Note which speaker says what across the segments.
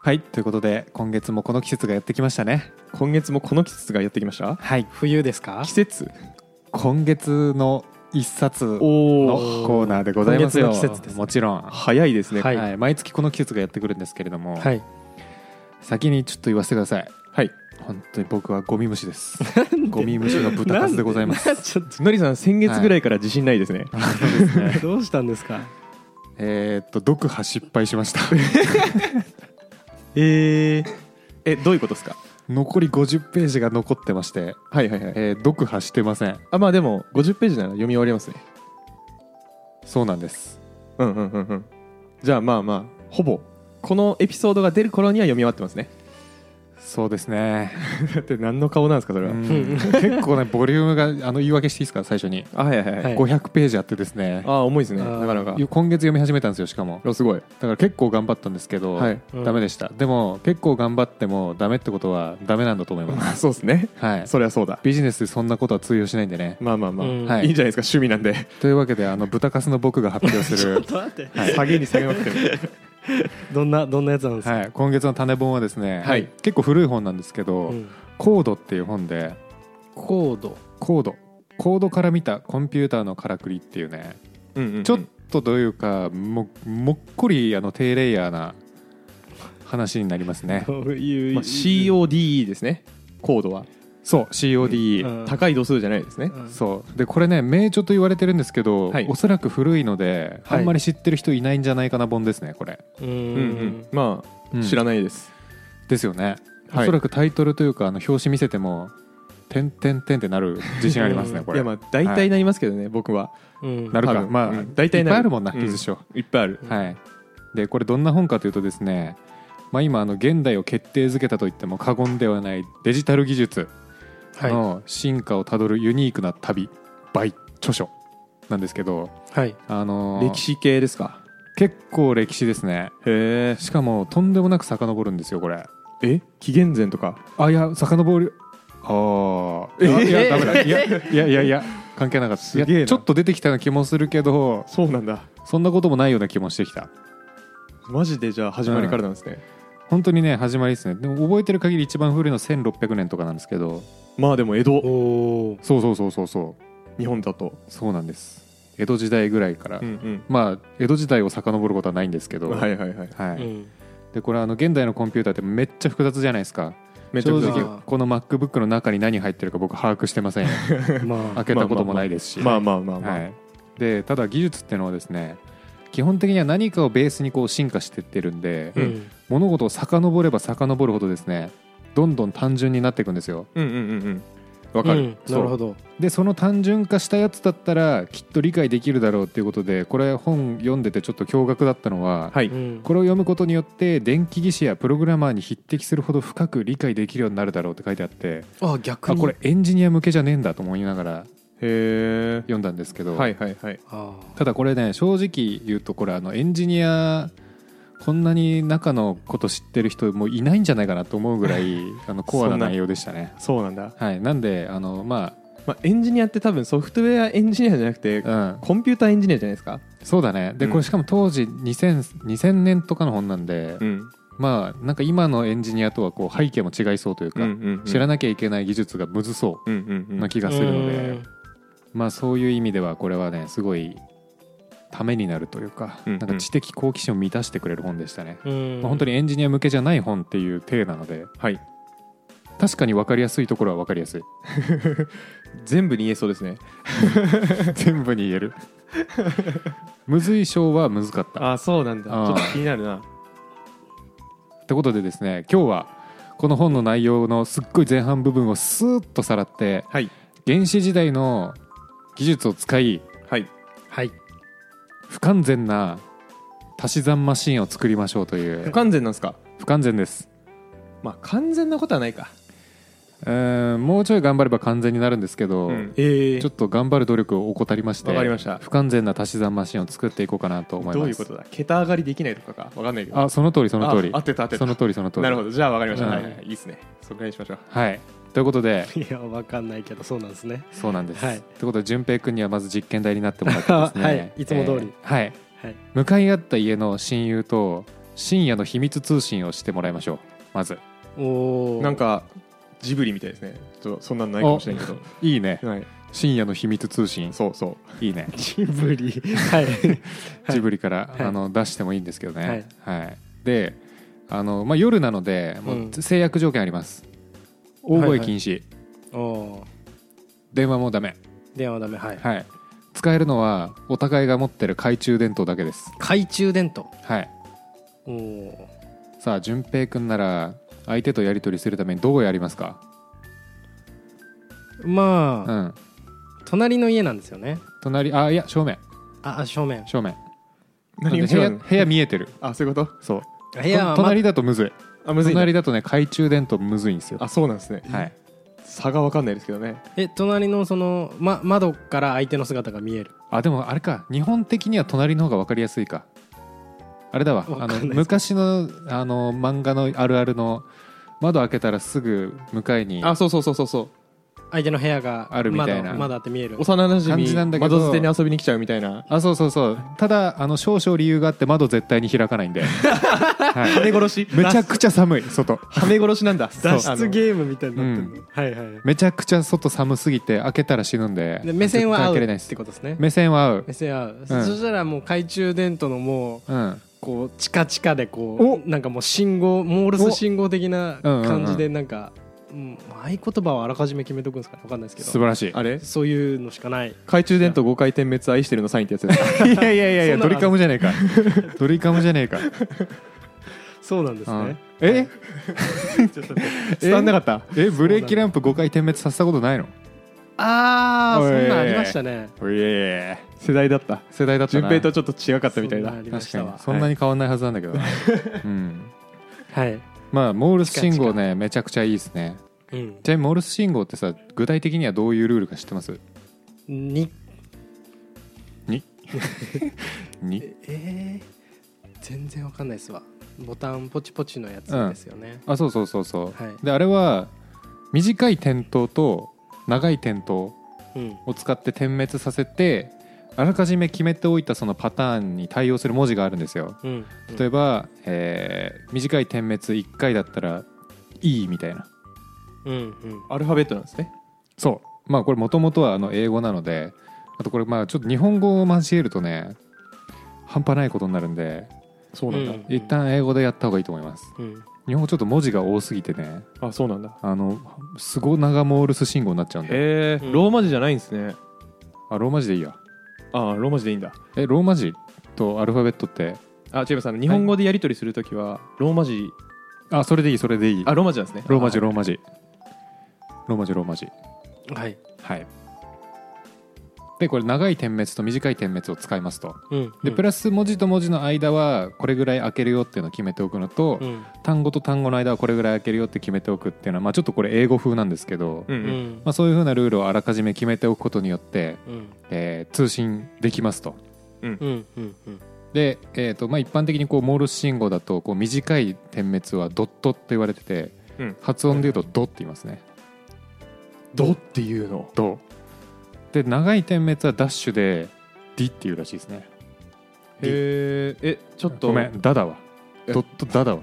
Speaker 1: はいということで今月もこの季節がやってきましたね
Speaker 2: 今月もこの季節がやってきました
Speaker 1: はい
Speaker 3: 冬ですか
Speaker 2: 季節
Speaker 1: 今月の一冊の
Speaker 2: お
Speaker 1: コーナーでございますよ
Speaker 3: 今月の季節ですね
Speaker 1: もちろん、は
Speaker 2: 早いですね
Speaker 3: はい
Speaker 1: い毎月この季節がやってくるんですけれども、
Speaker 3: はい
Speaker 1: 先にちょっと言わせてください
Speaker 2: はい
Speaker 1: 本当に僕はゴミ虫です ゴミ虫の豚カツでございます
Speaker 3: すちょっと
Speaker 2: のりさん先月ぐらいから自信ないですね、
Speaker 1: そうです ね
Speaker 3: どうしたんですか
Speaker 1: えーっと読破失敗しました
Speaker 2: えーえどういうことですか
Speaker 1: 残り50ページが残ってまして、
Speaker 2: はいはいはい
Speaker 1: えー読破してません
Speaker 2: あまあでも50ページなら読み終わりますね
Speaker 1: そうなんです
Speaker 2: うんうんうんうんじゃあまあまあほぼこのエピソードが出る頃には読み終わってますね
Speaker 1: そうですね、
Speaker 2: だって何の顔なんですかそれ
Speaker 1: う
Speaker 2: は、
Speaker 1: ん 結構ねボリュームがあの言い訳していいですか最初に
Speaker 2: あはいはいはい、
Speaker 3: はい
Speaker 1: 500ページあってですね
Speaker 2: ああ重いですね
Speaker 3: あー
Speaker 2: なかなか
Speaker 1: 今月読み始めたんですよしかも
Speaker 2: あすごい
Speaker 1: だから結構頑張ったんですけど、
Speaker 2: はい
Speaker 3: うん
Speaker 1: ダメでしたでも結構頑張ってもダメってことはダメなんだと思います
Speaker 2: ま あそうですね
Speaker 1: はい
Speaker 2: そりゃそうだ
Speaker 1: ビジネスでそんなことは通用しないんでね
Speaker 2: まあまあまあ、
Speaker 3: うん
Speaker 1: はい
Speaker 2: い、いんじゃないですか趣味なんで
Speaker 1: というわけであの豚カスの僕が発表 する、
Speaker 3: と待って
Speaker 2: 下げに下げまく ってる
Speaker 3: どんなどんなやつなんですか
Speaker 1: はい、今月の種本はですね、
Speaker 2: はい
Speaker 1: 結構古い本なんですけど「
Speaker 3: うん
Speaker 1: コード」っていう本で
Speaker 3: コード
Speaker 1: 「コード」コードから見たコンピューターのからくりっていうね
Speaker 2: うんうんうん
Speaker 1: ちょっとどういうかももっこりあの低レイヤーな話になりますね
Speaker 3: いう
Speaker 2: まあ、CODE ですねコードは
Speaker 1: そう CODE、
Speaker 3: うん
Speaker 2: 高い度数じゃないですね
Speaker 3: うん
Speaker 1: そうでこれね名著と言われてるんですけど、
Speaker 2: はい
Speaker 1: おそらく古いので、
Speaker 2: はい
Speaker 1: あんまり知ってる人いないんじゃないかな本ですねこれ、
Speaker 3: う
Speaker 2: うんんうんまあ知ら
Speaker 1: ん
Speaker 2: ないです
Speaker 1: ですよね、
Speaker 2: はい
Speaker 1: おそらくタイトルというかあの表紙見せても「てんてんてん」ってなる自信ありますね
Speaker 3: うん
Speaker 1: こ
Speaker 2: い
Speaker 1: れ
Speaker 2: やまあ大体なりますけどね僕は
Speaker 3: うん
Speaker 1: なる
Speaker 2: 多
Speaker 1: か
Speaker 2: 分
Speaker 1: まあ、
Speaker 2: うん
Speaker 1: 大体
Speaker 2: 大体
Speaker 1: いっ
Speaker 2: な
Speaker 1: ぱ
Speaker 2: る
Speaker 1: いあるもんな
Speaker 2: うん
Speaker 1: 記事書、
Speaker 2: いっぱいある
Speaker 1: はいでこれどんな本かというとですねまあ、今あの現代を決定づけたといっても過言ではないデジタル技術
Speaker 3: は
Speaker 1: の進化をたどるユニークな旅、by 著書なんですけど、
Speaker 3: いはい
Speaker 1: あのー
Speaker 2: 歴史系ですか
Speaker 1: 結構歴史ですね
Speaker 2: へ
Speaker 1: しかもとんでもなく遡るんですよこれ
Speaker 2: ええ紀元前とか
Speaker 1: あいや遡るああいやいやダメだいやいやいやいや関係なかった
Speaker 2: すげえない
Speaker 1: やちょっと出てきたような気もするけど
Speaker 2: そうなんだ
Speaker 1: そんなこともないような気もしてきた
Speaker 2: マジでじゃあ始まりからなんですね、
Speaker 1: 本当にね始まりですねでも覚えてる限り一番古いの1600年とかなんですけど
Speaker 2: まあでも江戸
Speaker 3: おー
Speaker 1: そうそうそうそうそう
Speaker 2: 日本だと
Speaker 1: そうなんです江戸時代ぐらいから、
Speaker 2: ん
Speaker 1: まあ江戸時代を遡ることはないんですけど
Speaker 2: はいはいはい
Speaker 1: はい
Speaker 3: うん
Speaker 1: でこれあの現代のコンピューターってめっちゃ複雑じゃないですか
Speaker 2: めっちゃ
Speaker 1: 正
Speaker 2: くちゃ
Speaker 3: 複
Speaker 1: 直
Speaker 3: 雑
Speaker 1: この MacBook の中に何入ってるか僕把握してま せんよ
Speaker 3: まあ
Speaker 1: 開けたこともないですし
Speaker 2: まあまあまあまあ、
Speaker 1: はい、でただ技術っていうのはですね基本的には何かをベースにこう進化していってるんで、
Speaker 2: うん
Speaker 3: うん
Speaker 1: 物事を遡れば遡るほどですねどんどん単純になっていくんですよ
Speaker 2: うんうんうんうんわかる、
Speaker 3: うんなるほど
Speaker 1: でその単純化したやつだったらきっと理解できるだろうっていうことでこれ本読んでてちょっと驚愕だったのは、
Speaker 2: はい、
Speaker 3: うん
Speaker 1: これを読むことによって電気技師やプログラマーに匹敵するほど深く理解できるようになるだろうって書いてあって
Speaker 3: あ逆
Speaker 1: あ
Speaker 3: に
Speaker 1: これエンジニア向けじゃねえんだと思いながら
Speaker 2: へえ
Speaker 1: 読んだんですけど、
Speaker 2: はいはいはい
Speaker 3: あー
Speaker 1: ただこれね正直言うとこれあのエンジニアこんなに中のこと知ってる人もういないんじゃないかなと思うぐらいあのコアな内容でしたね
Speaker 2: そうなんだ、
Speaker 1: はいなんであのま
Speaker 2: まあ、エンジニアって多分ソフトウェアエンジニアじゃなくて、
Speaker 1: あうん
Speaker 2: コンピューターエンジニアじゃないですか
Speaker 1: そうだねで
Speaker 2: うん
Speaker 1: これしかも当時2000 2000年とかの本なんで、
Speaker 2: ん
Speaker 1: まあなんか今のエンジニアとはこう背景も違いそうというか、知らなきゃいけない技術がむずそ
Speaker 2: うんうんう
Speaker 1: うんな気がするので、
Speaker 3: うん
Speaker 1: まあそういう意味ではこれはねすごいためになるというか、
Speaker 2: うんうん
Speaker 1: なんか知的好奇心を満たしてくれる本でしたね
Speaker 3: うん
Speaker 1: まあ本当にエンジニア向けじゃない本っていう体なので
Speaker 2: はい
Speaker 1: 確かに分かりやすいところは分かりやすい
Speaker 2: 全部に言えそうですね
Speaker 1: 全部に言え るむずい章はむずかったっ
Speaker 2: あそうなんだ
Speaker 1: あー
Speaker 2: ちょっと気になるな
Speaker 1: てことでですね今日はこの本の内容のすっごい前半部分をスーッとさらって
Speaker 2: はい
Speaker 1: 原始時代の技術を使い
Speaker 2: はい
Speaker 3: はい
Speaker 1: 不完全な足し算マシンを作りましょうとい
Speaker 2: 不
Speaker 1: う
Speaker 2: 完全なんですか
Speaker 1: 不完全です
Speaker 2: まあ完全なことはないか
Speaker 1: うーんもうちょい頑張れば完全になるんですけど、
Speaker 2: うん
Speaker 3: ええ
Speaker 1: ちょっと頑張る努力を怠りまして
Speaker 2: わかりました
Speaker 1: 不完全な足し算マシンを作っていこうかなと思います
Speaker 2: どういうことだ桁上がりできないとかかわかんないけど
Speaker 1: あその通りその通り
Speaker 2: あ合ってた合ってた
Speaker 1: その通りその通り
Speaker 2: なるほどじゃあわかりました、
Speaker 1: うん
Speaker 2: はいはいはいいいですねそんぐらいにしましょう
Speaker 1: はいということで
Speaker 3: いやわかんないけどそうなんですね
Speaker 1: そうなんです、
Speaker 3: はい
Speaker 1: ということで順平君にはまず実 験台になってもらってですね
Speaker 3: はいいつも通り
Speaker 1: えーはい
Speaker 3: はい
Speaker 1: 向かい合った家の親友と深夜の秘密通信をしてもらいましょうまず
Speaker 3: おお
Speaker 2: なんかジブリみたいですねちょっとそんなんないかもしれないけど
Speaker 1: いいね
Speaker 2: はい
Speaker 1: 深夜の秘密通信
Speaker 2: そうそ
Speaker 1: いいね
Speaker 3: ジブリはい
Speaker 1: ジブリから、
Speaker 3: い
Speaker 1: あの出してもいいんですけどね、はいであの、まあ、夜なのでもううん制約条件あります、大
Speaker 3: はい
Speaker 1: 声
Speaker 3: はい
Speaker 1: 禁止、
Speaker 3: おお
Speaker 1: 電話もダメ、
Speaker 3: 電話ダメはい
Speaker 1: はい、使えるのはお互いが持ってる懐中電灯だけです、
Speaker 3: 懐中電灯
Speaker 1: はい、
Speaker 3: おお
Speaker 1: さあ淳平君なら相手とやり取りするためにどうやりますか、
Speaker 3: ま
Speaker 1: う
Speaker 3: あ、
Speaker 1: ん、
Speaker 3: 隣の家なんですよね
Speaker 1: 隣あいや正面
Speaker 3: ああ正面
Speaker 1: 正面
Speaker 2: う
Speaker 1: なんで部屋
Speaker 2: 違うの
Speaker 1: 部屋見えてる
Speaker 2: あそういうこと
Speaker 1: そう
Speaker 3: 部屋は、
Speaker 1: と
Speaker 3: ま、
Speaker 1: 隣だとむずい
Speaker 2: あむずいな
Speaker 1: 隣だとね懐中電灯むずいんですよ
Speaker 2: あそうなんですね
Speaker 1: はい
Speaker 2: 差が分かんないですけどね
Speaker 3: え隣のその、ま、窓から相手の姿が見える
Speaker 1: あでもあれか日本的には隣の方が分かりやすいかあれだわ
Speaker 3: わか
Speaker 1: あ
Speaker 3: んない
Speaker 1: の
Speaker 3: です
Speaker 1: 昔のあの漫画のあるあるの窓開けたらすぐ向かいに
Speaker 2: あそうそうそうそうそう
Speaker 3: 相手の部屋が
Speaker 1: あるみたいな
Speaker 3: 窓窓あって見える
Speaker 2: 幼馴染
Speaker 1: 感じなんだ
Speaker 2: み
Speaker 1: けど
Speaker 2: 窓捨てに遊びに来ちゃうみたいな
Speaker 1: あそうそうそうただあの少々理由があって窓絶対に開かないんで、は
Speaker 2: はめ殺し
Speaker 1: い、めちゃくちゃ寒い外
Speaker 2: はめ殺しなんだ
Speaker 3: 脱
Speaker 2: そうあ
Speaker 3: 出
Speaker 2: の
Speaker 3: ゲームみたいになってるの、
Speaker 1: う
Speaker 3: はいはい
Speaker 1: めちゃくちゃ外寒すぎて開けたら死ぬんで
Speaker 3: で目線は合
Speaker 1: 絶対開
Speaker 3: う
Speaker 1: けれない
Speaker 3: っ
Speaker 1: です
Speaker 3: てことですね
Speaker 1: 目線は合う
Speaker 3: 目線は合う、そそしたらもう懐中電灯のもう
Speaker 1: うん
Speaker 3: こうチカチカでこうなんかもう信号モールス信号的な
Speaker 1: おうんうんうん
Speaker 3: 感じでなんか、うん合言葉をあらかじめ決めとくんですかねわかんないですけ
Speaker 1: 素
Speaker 3: ど
Speaker 1: 晴らしい
Speaker 2: あれ
Speaker 3: そういうのしか ない
Speaker 2: 懐中電灯5回点滅愛してるのサインってやつ ですか
Speaker 1: いやいやいやいや
Speaker 3: そんなのある
Speaker 1: ドリカムじゃねえか ドリカムじゃねえか、
Speaker 3: そうなんです
Speaker 1: う
Speaker 3: ね
Speaker 1: ん、え
Speaker 2: 伝わんなかった
Speaker 1: えブレーキランプ5回点滅させたことないの
Speaker 3: ああ
Speaker 1: おい
Speaker 3: そんなんありましたね
Speaker 1: いえいえ
Speaker 2: 世代だった
Speaker 1: 世代だった
Speaker 2: 順
Speaker 1: な
Speaker 2: 平とちょっと違かったみた
Speaker 3: そん
Speaker 2: いだ
Speaker 3: んありま
Speaker 1: 確
Speaker 3: し
Speaker 1: か
Speaker 3: た
Speaker 1: に
Speaker 3: わ
Speaker 1: そんなに変わんないはずなんだけどな、うん、
Speaker 3: はい、
Speaker 1: まあモールス信号ねめちゃくちゃいいですね
Speaker 3: うん
Speaker 1: じゃあモールス信号ってさ具体的にはどういうルールか知ってます
Speaker 3: に
Speaker 1: に
Speaker 3: えー、全然わかんないですわボタンポチポチのやつ
Speaker 1: うん
Speaker 3: ですよね、
Speaker 1: あそうそうそうそう、
Speaker 3: はい
Speaker 1: であれは短い点灯と長い点灯
Speaker 3: うん
Speaker 1: を使って点滅させてあらかじめ決めておいたそのパターンに対応する文字があるんですよ
Speaker 3: うん、
Speaker 1: 例えば、えー短い点滅1回だったら「いい」みたいな
Speaker 3: うんうん
Speaker 2: アルファベットなんですね
Speaker 1: そうまあこれもともとはあの英語なのであとこれまあちょっと日本語を交えるとね半端ないことになるんで
Speaker 2: そう
Speaker 3: なんだう
Speaker 1: 一旦英語でやった方がいいと思います
Speaker 3: うん
Speaker 1: 日本語ちょっと文字が多すぎてね
Speaker 2: あそうなんだ
Speaker 1: あのすご長モールス信号になっちゃうんで
Speaker 2: へえ
Speaker 3: うん
Speaker 2: ローマ字じゃないんですね
Speaker 1: あローマ字でいいや
Speaker 2: あローマ字でいいんだ
Speaker 1: えローマ字とアルファベットって
Speaker 2: あ違いますあの日本語でやり取りするときはローマ字
Speaker 1: あそれでいいそれでいい
Speaker 2: あローマ字なんですね
Speaker 1: ローマ字
Speaker 2: あ
Speaker 1: ローマ字ローマ字ローマ字
Speaker 3: はい
Speaker 1: はいでこれ長い点滅と短い点滅を使いますと
Speaker 3: うん
Speaker 1: でプ
Speaker 3: ラ
Speaker 1: ラス文字と文字の間はこれぐらい開けるよっていうのを決めておくのと、
Speaker 3: うん
Speaker 1: 単語と単語の間はこれぐらい開けるよって決めておくっていうのは、まあ、ちょっとこれ英語風なんですけど、
Speaker 2: うん
Speaker 3: う
Speaker 2: うん
Speaker 3: ん
Speaker 1: まあ、そういうふうなルールをあらかじめ決めておくことによって、
Speaker 3: うん
Speaker 1: えー通信できますと。
Speaker 3: うんうんうん
Speaker 1: で、えーとまあ、一般的にこうモールス信号だとこう短い点滅はドットって言われてて、
Speaker 2: うん
Speaker 1: 発音で言うとドって言いますね。
Speaker 2: ドっていうの
Speaker 1: ドで長い点滅はダッシュでディっていうらしいですね。
Speaker 2: へええちょっと
Speaker 1: ごめんダだわ
Speaker 2: え
Speaker 1: ドットダだわ。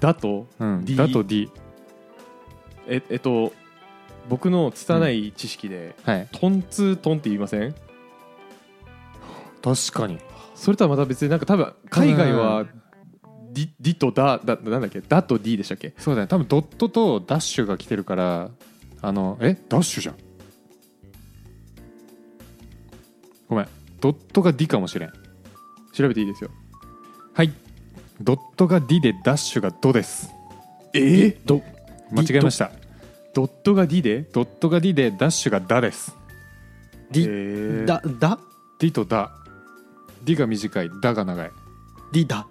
Speaker 2: だと
Speaker 1: うん、
Speaker 2: D
Speaker 1: ダと D。
Speaker 2: ええっと僕の拙い知識で
Speaker 1: はい、
Speaker 2: トンツートンって言いません
Speaker 1: 確かに。
Speaker 2: それとはまた別になんか多分海外はディディとダだなんだっけダと D でしたっけ
Speaker 1: そうだね多分ドットとダッシュが来てるからあのえダッシュじゃんごめんドットが D かもしれん
Speaker 2: 調べていいですよ
Speaker 1: はいドットが D でダッシュがドです
Speaker 2: ええド
Speaker 1: 間違えました
Speaker 2: ドットが D で
Speaker 1: ドットが D でダッシュがダです
Speaker 3: ディ
Speaker 2: ィ
Speaker 3: だだ
Speaker 1: D とダ D が短いダが長い
Speaker 3: ディだ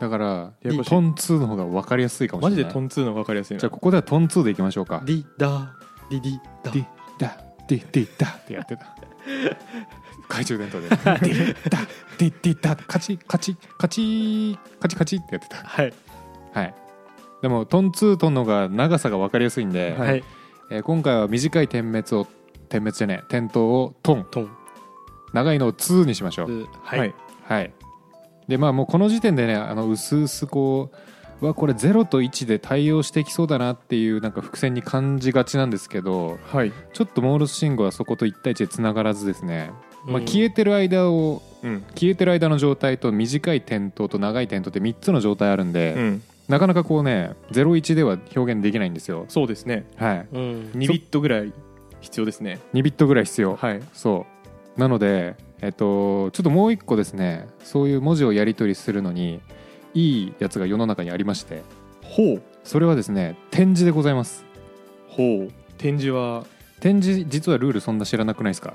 Speaker 1: だから
Speaker 2: ややこしい
Speaker 1: トン2の方が分かりやすいかも
Speaker 2: マ
Speaker 1: し
Speaker 2: ジ
Speaker 1: れ
Speaker 2: で
Speaker 1: ない
Speaker 2: トンツーの方が分かりやすいな
Speaker 1: じゃあここではトン2でいきましょうか
Speaker 3: ディだディディだ
Speaker 1: D ダ D D ダってやって た懐中電灯で D ダ D D ダカチカチカチカチカチってやってた
Speaker 3: はい
Speaker 1: はいでもトンツートンの方が長さが分かりやすいんで、
Speaker 2: はい
Speaker 3: はい
Speaker 1: えー今回は短い点滅を点滅じゃねえ点灯をトン
Speaker 3: トン
Speaker 1: 長いのをツーにしましょう
Speaker 3: はい
Speaker 1: はいでまあもうこの時点でねあの薄々こうはこれ0と1で対応してきそうだなっていうなんか伏線に感じがちなんですけど
Speaker 2: はい、
Speaker 1: ちょっとモールス信号はそこと1対1でつながらずですね、まあ、
Speaker 3: うん
Speaker 1: 消えてる間を
Speaker 2: うん
Speaker 1: 消えてる間の状態と短い点灯と長い点灯って3つの状態あるんで、
Speaker 2: うん、
Speaker 1: なかなかこうね01では表現できないんですよ
Speaker 2: そうですね
Speaker 1: はい
Speaker 3: うん
Speaker 2: 2ビットぐらい必要ですね
Speaker 1: 2ビットぐらい必要、
Speaker 2: はい
Speaker 1: そうなのでえっとちょっともう一個ですねそういう文字をやり取りするのにいいやつが世の中にありまして
Speaker 2: ほう
Speaker 1: それはですね点字でございます
Speaker 2: ほう展示は
Speaker 1: 点字実はルールそんな知らなくないですか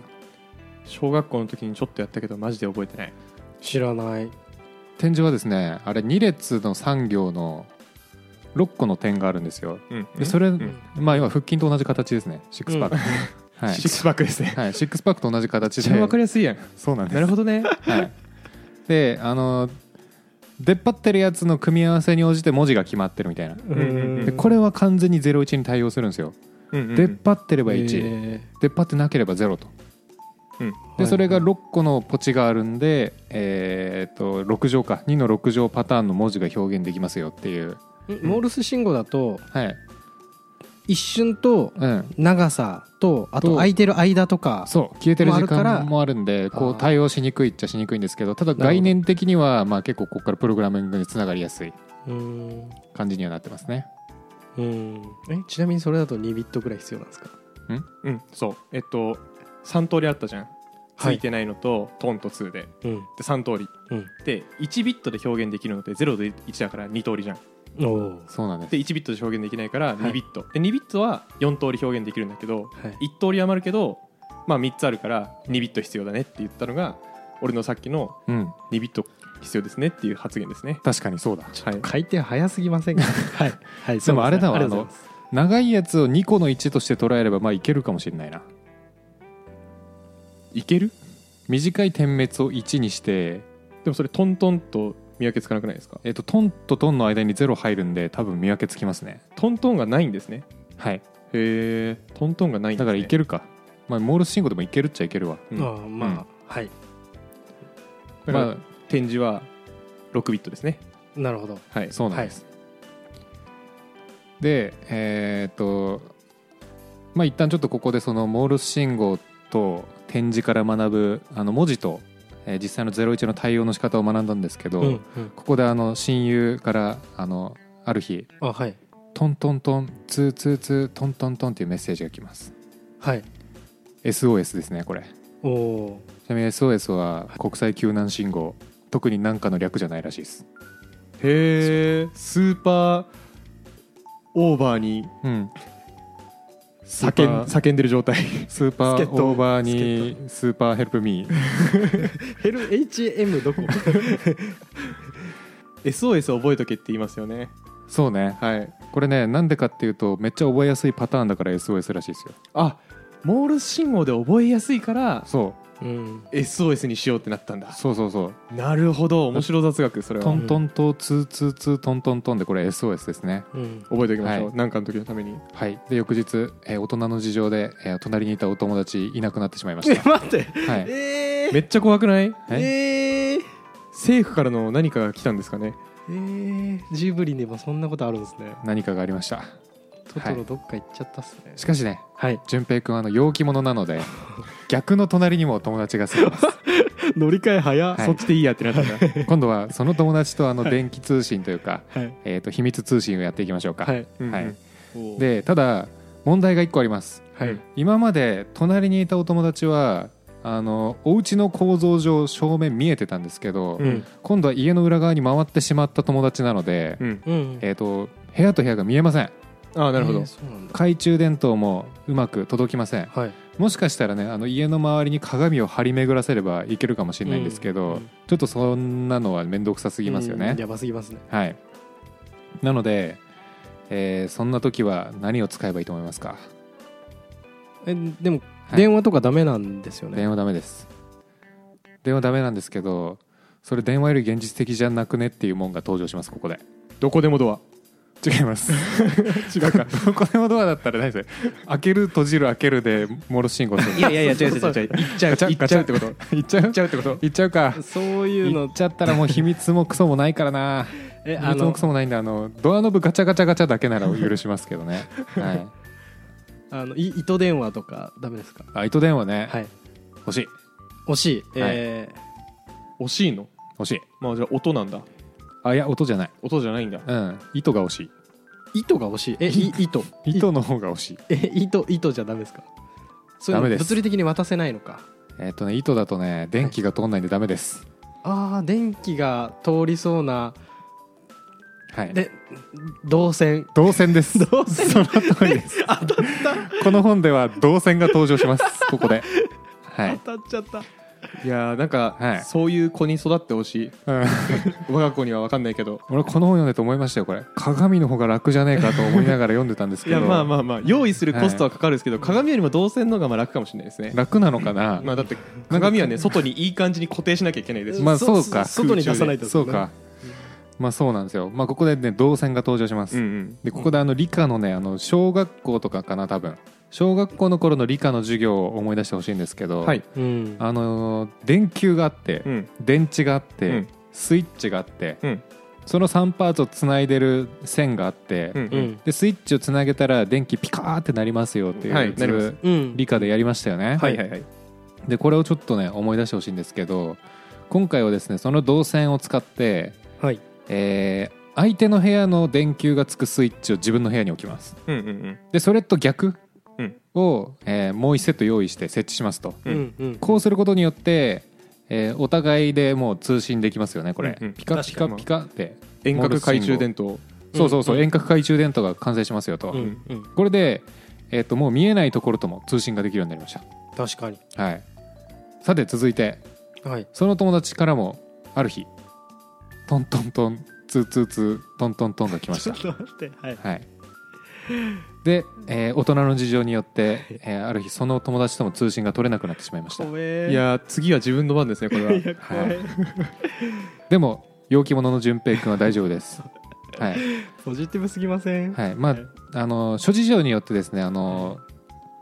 Speaker 2: 小学校の時にちょっとやったけどマジで覚えてない
Speaker 3: 知らない
Speaker 1: 点字はですねあれ2列の3行の6個の点があるんですよ
Speaker 2: うん
Speaker 1: でそれ、
Speaker 2: うん
Speaker 1: まあ要は腹筋と同じ形ですねシックスパック、 はい
Speaker 2: シックスパックですね
Speaker 1: はい、シックスパックと同じ形
Speaker 2: 一
Speaker 1: で
Speaker 2: 番わかりやすいやん
Speaker 1: そうなんです
Speaker 2: なるほどね
Speaker 1: はい、であの出っ張ってるやつの組み合わせに応じて文字が決まってるみたいな
Speaker 2: うんうんうん
Speaker 1: でこれは完全に01に対応するんですよ、出っ張ってれば1、
Speaker 3: え
Speaker 1: 出っ張ってなければ0と
Speaker 2: うん
Speaker 3: ー
Speaker 1: でそれが
Speaker 3: はい
Speaker 1: 6個のポチがあるんで、えーっと6乗か2の6乗パターンの文字が表現できますよっていう
Speaker 3: んモールス信号だと
Speaker 1: はい、
Speaker 3: 一瞬と
Speaker 1: うん、
Speaker 3: 長さとあ
Speaker 1: と
Speaker 3: と空いてる間とか
Speaker 1: そう消えてる時
Speaker 3: もあるから
Speaker 1: 間もあるんでこ
Speaker 3: あ
Speaker 1: う
Speaker 3: ー
Speaker 1: 対応しにくいっちゃしにくいんですけどただ
Speaker 3: ほど
Speaker 1: 概念的にはまあ結構ここからプログラミングにつながりやすい
Speaker 3: うん
Speaker 1: 感じにはなってますね
Speaker 3: うんえちなみにそれだと2ビットぐらい必要なんですか
Speaker 2: うんそうえっと3通りあったじゃんつ
Speaker 3: はい
Speaker 2: いてないのと、トンと2でで
Speaker 3: うん
Speaker 2: 3通りで1ビットで表現できるのって0で1だから2通りじゃん
Speaker 3: うんおお
Speaker 1: そうなんです
Speaker 2: で1ビットで表現できないから
Speaker 3: はい
Speaker 2: 2ビット、で2ビットは4通り表現できるんだけど
Speaker 3: はい
Speaker 2: 1通り余るけど、まあ、3つあるから2ビット必要だねって言ったのが俺のさっきの
Speaker 1: うん
Speaker 2: 2ビット必要ですねっていう発言ですね。
Speaker 1: 確かにそうだ
Speaker 2: はい、
Speaker 3: 回転早すぎませんかはいはい
Speaker 1: でもあれだわ
Speaker 3: そうですね
Speaker 1: 長いやつを2個の1として捉えればまあいけるかもしれないない
Speaker 2: ける
Speaker 1: 短い点滅を1にして、
Speaker 2: でもそれトントンと見分けつかなくないですか
Speaker 1: えっとトンとトンの間に0入るんで多分見分けつきますね
Speaker 2: トントンがないんですね
Speaker 1: はい
Speaker 2: へえトントンがないん
Speaker 1: だ
Speaker 2: です、
Speaker 1: か
Speaker 2: ね、
Speaker 1: らいけるか、まあ、モールス信号でもいけるっちゃいけるわ
Speaker 2: う
Speaker 3: あり
Speaker 2: ん
Speaker 3: がとうございますあーまあ、はい
Speaker 2: だから
Speaker 1: ま
Speaker 2: 展示は6ビットですね
Speaker 3: なるほど
Speaker 2: はい
Speaker 1: あそうなんです、でえーっとまあ一旦ちょっとここでそのモールス信号と点字から学ぶあの文字と、えー実際の01の対応の仕方を学んだんですけど、
Speaker 3: うんうん
Speaker 1: ここであの親友からあのある日
Speaker 3: あはい
Speaker 1: トントントンツーツーツートントントンっていうメッセージが来ます
Speaker 3: はい
Speaker 1: SOS ですねこれち
Speaker 3: おお
Speaker 1: なみに SOS は国際救難信号特に何かの略じゃないらしいです
Speaker 2: へえスーパーオーバーに
Speaker 1: うん
Speaker 2: 叫
Speaker 1: スーパー
Speaker 2: ん叫んでる状態
Speaker 1: スーパー
Speaker 2: 助っ人
Speaker 1: オーバーにスーパーヘルプミー
Speaker 3: ヘル HM どこ
Speaker 2: SOS 覚えとけって言いますよね
Speaker 1: そうね
Speaker 2: はい
Speaker 1: これねなんでかっていうとめっちゃ覚えやすいパターンだから SOS らしいですよ
Speaker 2: あモールス信号で覚えやすいから
Speaker 1: そ
Speaker 3: うん、
Speaker 2: SOS にしようってなったん
Speaker 1: う
Speaker 2: だ
Speaker 1: そうそうそう
Speaker 2: なるほど面白雑学それ
Speaker 1: ト
Speaker 2: は
Speaker 1: ントンとツーツーツートントントンでこれ SOS ですね
Speaker 3: うん、
Speaker 2: 覚えておきましょ
Speaker 1: は
Speaker 2: うなんかの時のために
Speaker 1: はいで翌日、えー大人の事情で、えー隣にいたお友達いなくなってしまいま した
Speaker 3: 待って
Speaker 1: はい
Speaker 3: え
Speaker 2: めっちゃ怖くない
Speaker 3: え
Speaker 1: え
Speaker 3: え
Speaker 2: 政府からの何かが来たんですかね
Speaker 3: えジブリにもそんなことあるんですね
Speaker 1: 何かがありました
Speaker 3: トトロどっか行っちゃったっすね
Speaker 1: しかしね
Speaker 3: はい
Speaker 1: 淳平君はあの陽気者なので逆の隣にも友達が住んでます
Speaker 2: 乗り換え早、
Speaker 1: はい
Speaker 2: そっちでいいやってな ったんだ
Speaker 1: 今度はその友達とあの電気通信というか、
Speaker 3: はい
Speaker 1: えー、と秘密通信をやっていきましょうか、
Speaker 3: はい
Speaker 2: うんうん
Speaker 1: はい
Speaker 2: おう
Speaker 1: でただ問題が1個あります
Speaker 3: はい、
Speaker 2: うん
Speaker 1: 今まで隣にいたお友達はあのお家の構造上正面見えてたんですけど、
Speaker 2: うん
Speaker 1: 今度は家の裏側に回ってしまった友達なので、
Speaker 2: うん
Speaker 3: うん
Speaker 1: えー、と部屋と部屋が見えません
Speaker 2: ああなるほど、
Speaker 3: えーそうなんだ
Speaker 1: 懐中電灯もうまく届きません
Speaker 3: はい
Speaker 1: もしかしたらねあの家の周りに鏡を張り巡らせればいけるかもしれないんですけど、
Speaker 3: うん
Speaker 1: ちょっとそんなのは面倒くさすぎますよね
Speaker 3: うん、やばすぎますね
Speaker 1: はいなので、えーそんな時は何を使えばいいと思いますか
Speaker 3: えでも、
Speaker 1: はい
Speaker 3: 電話とかダメなんですよね
Speaker 1: 電話ダメです電話ダメなんですけどそれ電話より現実的じゃなくねっていうもんが登場しますここで
Speaker 2: どこでもドア
Speaker 1: 違います
Speaker 2: 違うか
Speaker 1: ど こでもドアだったらないですよ開ける閉じる開けるでモールス信号する
Speaker 2: いやいやいや 違う違う違う
Speaker 3: そう
Speaker 2: 違う行っちゃう
Speaker 1: ガチャ
Speaker 2: 行っちゃうってこと
Speaker 1: いっちゃう
Speaker 2: 行っちゃうってこと
Speaker 1: いっちゃうか
Speaker 3: そういう
Speaker 1: い
Speaker 3: の
Speaker 1: っちゃったらもう秘密もクソもないからな
Speaker 3: え
Speaker 1: 秘
Speaker 3: あ
Speaker 1: 密も
Speaker 3: の
Speaker 1: クソもないんであのドアノブガチャガチャガチャだけなら許しますけどねはい
Speaker 3: あのい糸電話とかダメですか
Speaker 1: あ糸電話ね、
Speaker 3: はい
Speaker 1: 欲しい
Speaker 3: 惜しい、え
Speaker 2: 惜しいの
Speaker 1: 欲しい
Speaker 2: まあじゃあ音なんだ
Speaker 1: あいや音じゃない
Speaker 2: 音じゃないんだ
Speaker 1: うん糸が欲しい
Speaker 3: ー糸が惜しいえい糸
Speaker 1: 糸の方が欲しい
Speaker 3: え糸糸じゃダメですかそういう
Speaker 1: ダメで
Speaker 3: の
Speaker 1: す
Speaker 3: 物理的に渡せないのか
Speaker 1: えっ、とね糸だとね電気が通んないんでダメです
Speaker 3: あー電気が通りそうな
Speaker 1: はい
Speaker 3: で導 線
Speaker 1: 銅線です
Speaker 3: 導線
Speaker 1: その通り ですこの本では銅線が登場しますここではい、
Speaker 3: 当たっちゃった
Speaker 2: いやーなんか、
Speaker 1: はい
Speaker 2: そういう子に育ってほしい
Speaker 1: うん、
Speaker 2: 我が子には分かんないけど
Speaker 1: 俺この本読んでて思いましたよこれ鏡の方が楽じゃねえかと思いながら読んでたんです
Speaker 2: い
Speaker 1: けど
Speaker 2: やまあまあまあ用意するコストはかかるんですけど、鏡よりも動線の方がまあ楽かもしれないですね、
Speaker 1: 楽なのかな
Speaker 2: まあ、だって鏡はね外にいい感じに固定しなきゃいけないですし、
Speaker 1: まあそうか
Speaker 3: そ外に出さないと
Speaker 1: そうかまあそうなんですよまあここでね動線が登場します、
Speaker 2: うんうん
Speaker 1: でここであの理科のねあの小学校とかかな多分小学校の頃の理科の授業を思い出してほしいんですけど、
Speaker 2: はい、
Speaker 3: うん
Speaker 1: あのー電球があって、
Speaker 2: うん
Speaker 1: 電池があって、
Speaker 2: うん
Speaker 1: スイッチがあって
Speaker 2: うん
Speaker 1: その3パーツをつないでる線があって、
Speaker 2: うん
Speaker 3: う
Speaker 2: うん
Speaker 1: でスイッチをつなげたら電気ピカーってなりますよっていう
Speaker 2: はい
Speaker 1: やつ
Speaker 2: なります
Speaker 3: うん
Speaker 1: 理科でやりましたよね、
Speaker 2: はいはいはい
Speaker 1: でこれをちょっとね思い出してほしいんですけど今回はですねその導線を使って、
Speaker 3: はい
Speaker 1: えー相手の部屋の電球がつくスイッチを自分の部屋に置きます
Speaker 2: うんうんうん
Speaker 1: でそれと逆
Speaker 2: うん
Speaker 1: を、えーもう1セット用意して設置しますと
Speaker 3: う
Speaker 2: うんん
Speaker 3: うん
Speaker 1: こうすることによって、えーお互いでもう通信できますよねこれ、
Speaker 2: うんうん
Speaker 1: ピカピ
Speaker 3: 確
Speaker 1: カ
Speaker 3: か
Speaker 1: ピカって
Speaker 2: 遠隔懐中電灯
Speaker 1: そうそうそう、
Speaker 3: うん
Speaker 1: 遠隔懐中電灯が完成しますよと、
Speaker 3: うんうん
Speaker 1: これで、えー、ともう見えないところとも通信ができるようになりまし
Speaker 3: 確かに
Speaker 1: た、はい、さて続いて
Speaker 3: はい
Speaker 1: その友達からもある日トントントンツーツーツートントントンが来ました
Speaker 3: ちょっと待ってはい
Speaker 1: はいで、えー大人の事情によって、えーある日その友達とも通信が取れなくなってしまいました
Speaker 3: 怖え
Speaker 2: いやー次は自分の番ですね これは
Speaker 3: いや怖
Speaker 1: はい
Speaker 3: い
Speaker 1: でも陽気者の淳平君は大丈夫ですはい、
Speaker 3: ポジティブすぎません
Speaker 1: はい、まあ,、
Speaker 3: はい
Speaker 1: あの諸事情によってですねあの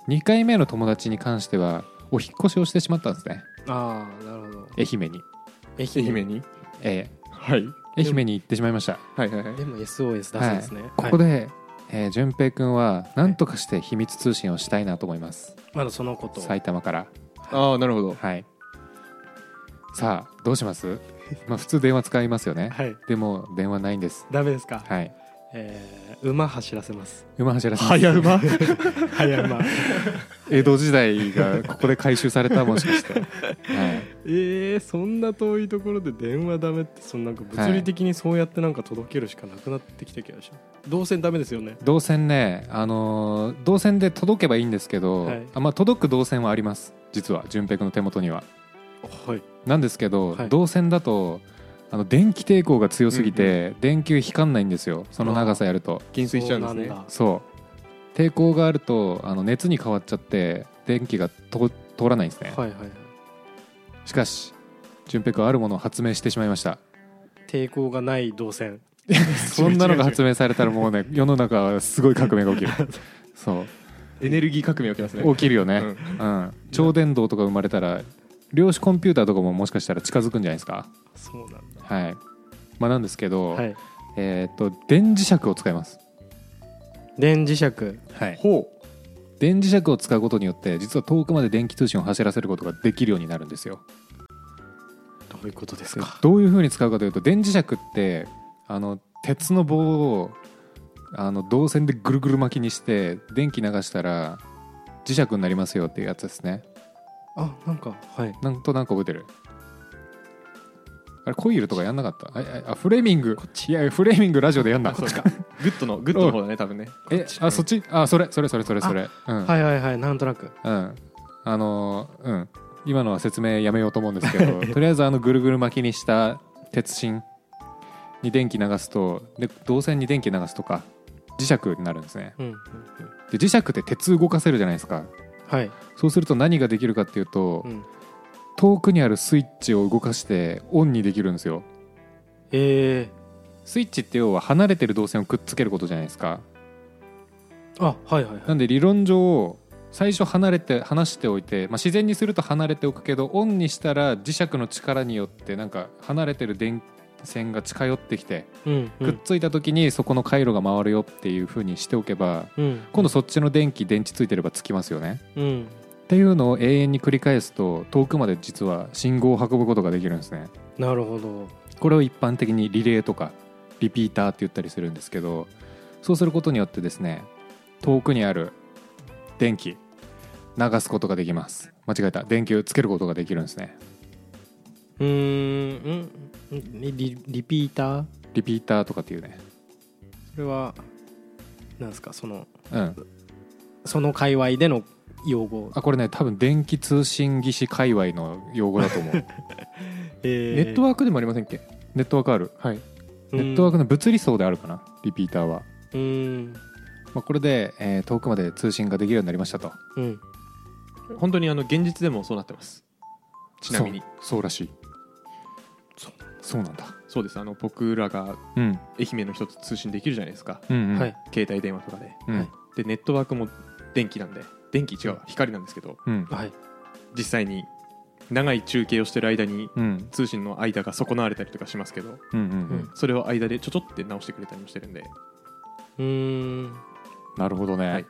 Speaker 1: 2回目の友達に関してはお引っ越しをしてしまったんですね
Speaker 3: ああなるほど
Speaker 1: 愛媛に、
Speaker 3: 愛
Speaker 2: 愛媛に
Speaker 1: え
Speaker 2: はい
Speaker 1: ー愛媛に行ってしまいました
Speaker 2: はいはいはい
Speaker 3: でも SOS 出すんですね
Speaker 1: はい、ここ
Speaker 3: で
Speaker 1: で、えー、淳平君は何とかして秘密通信をしたいなと思います、
Speaker 3: まだそのこと
Speaker 1: 埼玉から
Speaker 2: ああなるほど
Speaker 1: はいさあどうします、まあ、普通電話使いますよね
Speaker 3: はい
Speaker 1: でも電話ないんです
Speaker 3: ダメですか
Speaker 1: はい
Speaker 3: えー馬走らせます
Speaker 1: 馬走らせます
Speaker 2: 早馬
Speaker 3: 早馬
Speaker 1: 江戸時代がここで回収されたもしか して、はい、
Speaker 3: えー、そんな遠いところで電話ダメってそのなんか物理的にそうやってなんか届けるしかなくなってきた気がします動線ダメですよね
Speaker 1: 動線ね、あのー動線で届けばいいんですけど、
Speaker 3: はい
Speaker 1: あまあ、届く動線はあります実は淳平君の手元には
Speaker 3: はい
Speaker 1: なんですけど、
Speaker 3: はい
Speaker 1: 動線だとあの電気抵抗が強すぎて、電球光んないんですよその長さやると
Speaker 2: 減衰しちゃうんですね
Speaker 3: そうなんだ
Speaker 1: そう抵抗があるとあの熱に変わっちゃって電気がと通らないんですね、
Speaker 3: はいはいはい
Speaker 1: しかし淳平君はあるものを発明してしまいました
Speaker 3: 抵抗がない動線
Speaker 1: そんなのが発明されたらもうね世の中はすごい革命が起きるそ
Speaker 2: エネルギー革命起きますね
Speaker 1: う起きるよね、
Speaker 2: うん
Speaker 1: うん、超電導とか生まれたら量子コンピューターとかももしかしたら近づくんじゃないですか
Speaker 3: そうなんだ
Speaker 1: はいまあなんですけど、
Speaker 3: はい
Speaker 1: えーっと電磁石を使います、
Speaker 3: 電磁石
Speaker 1: はい、
Speaker 2: ほう
Speaker 1: 電磁石を使うことによって実は遠くまで電気通信を走らせることができるようになるんですよ
Speaker 3: どういうことです
Speaker 1: で
Speaker 3: か
Speaker 1: どういうふうに使うかというと電磁石ってあの鉄の棒をあの導線でぐるぐる巻きにして電気流したら磁石になりますよっていうやつですね
Speaker 3: あなんかはい
Speaker 1: なんとなく覚えてるあれコイルとかやんなかったあああフレーミングこっちいやフレーミングラジオでやんな
Speaker 2: あそうかグッドのグッドの方だね多分ね
Speaker 1: えあそっちあそれそれそれそれそれうん、
Speaker 3: はいはいはいなんとなく
Speaker 1: うんあのーうん今のは説明やめようと思うんですけ どとりあえずあのぐるぐる巻きにした鉄芯に電気流すとで導線に電気流すとか磁石になるんですね
Speaker 3: うんうんうん
Speaker 1: で磁石って鉄動かせるじゃないですか
Speaker 3: はい
Speaker 1: そうすると何ができるかっていうと、
Speaker 3: うん
Speaker 1: 遠くにあるスイッチを動かしてオンにできるんですよ
Speaker 3: え
Speaker 1: スイッチって要は離れてる導線をくっつけることじゃないですか
Speaker 3: あはいはいはい
Speaker 1: なんで理論上最初離れて離しておいて、まあ、自然にすると離れておくけどオンにしたら磁石の力によってなんか離れてる電線が近寄ってきて
Speaker 3: うんう
Speaker 1: くっ
Speaker 3: ん
Speaker 1: ついた時にそこの回路が回るよっていう風にしておけば
Speaker 3: うん
Speaker 1: 今度そっちの電気電池ついてればつきますよね
Speaker 3: うん
Speaker 1: っていうのを永遠に繰り返すと遠くまで実は信号を運ぶことができるんですね
Speaker 3: なるほど
Speaker 1: これを一般的にリレーとかリピーターって言ったりするんですけどそうすることによってですね遠くにある電気流すことができます間違えた電球つけることができるんですね
Speaker 3: うーんうんんリリピーター
Speaker 1: リピーターとかっていうね
Speaker 3: それはなんですかその
Speaker 1: うん
Speaker 3: その界隈での用語
Speaker 1: あこれね多分電気通信技師界隈の用語だと思う
Speaker 3: えー
Speaker 2: ネットワークでもありませんっけ
Speaker 1: ネットワークある
Speaker 2: はい
Speaker 3: うん
Speaker 1: ネットワークの物理層であるかなリピーターは、
Speaker 3: うん
Speaker 1: まあ、これで、えー遠くまで通信ができるようになりましたと
Speaker 3: うん
Speaker 2: 本当にあの現実でもそうなってますちなみに
Speaker 1: そうそうらしい
Speaker 3: そ
Speaker 1: そうなんだ、
Speaker 2: そうですあの僕らが
Speaker 1: うん、
Speaker 2: 愛媛の人と通信できるじゃないですか
Speaker 1: うんうん
Speaker 3: はい
Speaker 2: 携帯電話とかで
Speaker 1: うん
Speaker 3: はい
Speaker 2: でネットワークも電気なんで電気違うわ光なんですけど
Speaker 1: うん
Speaker 3: はい
Speaker 2: 実際に長い中継をしてる間に
Speaker 1: うん
Speaker 2: 通信の間が損なわれたりとかしますけど
Speaker 1: うんうんうん
Speaker 2: それを間でちょちょって直してくれたりもしてるんで
Speaker 3: うーん
Speaker 1: なるほどね、
Speaker 2: はい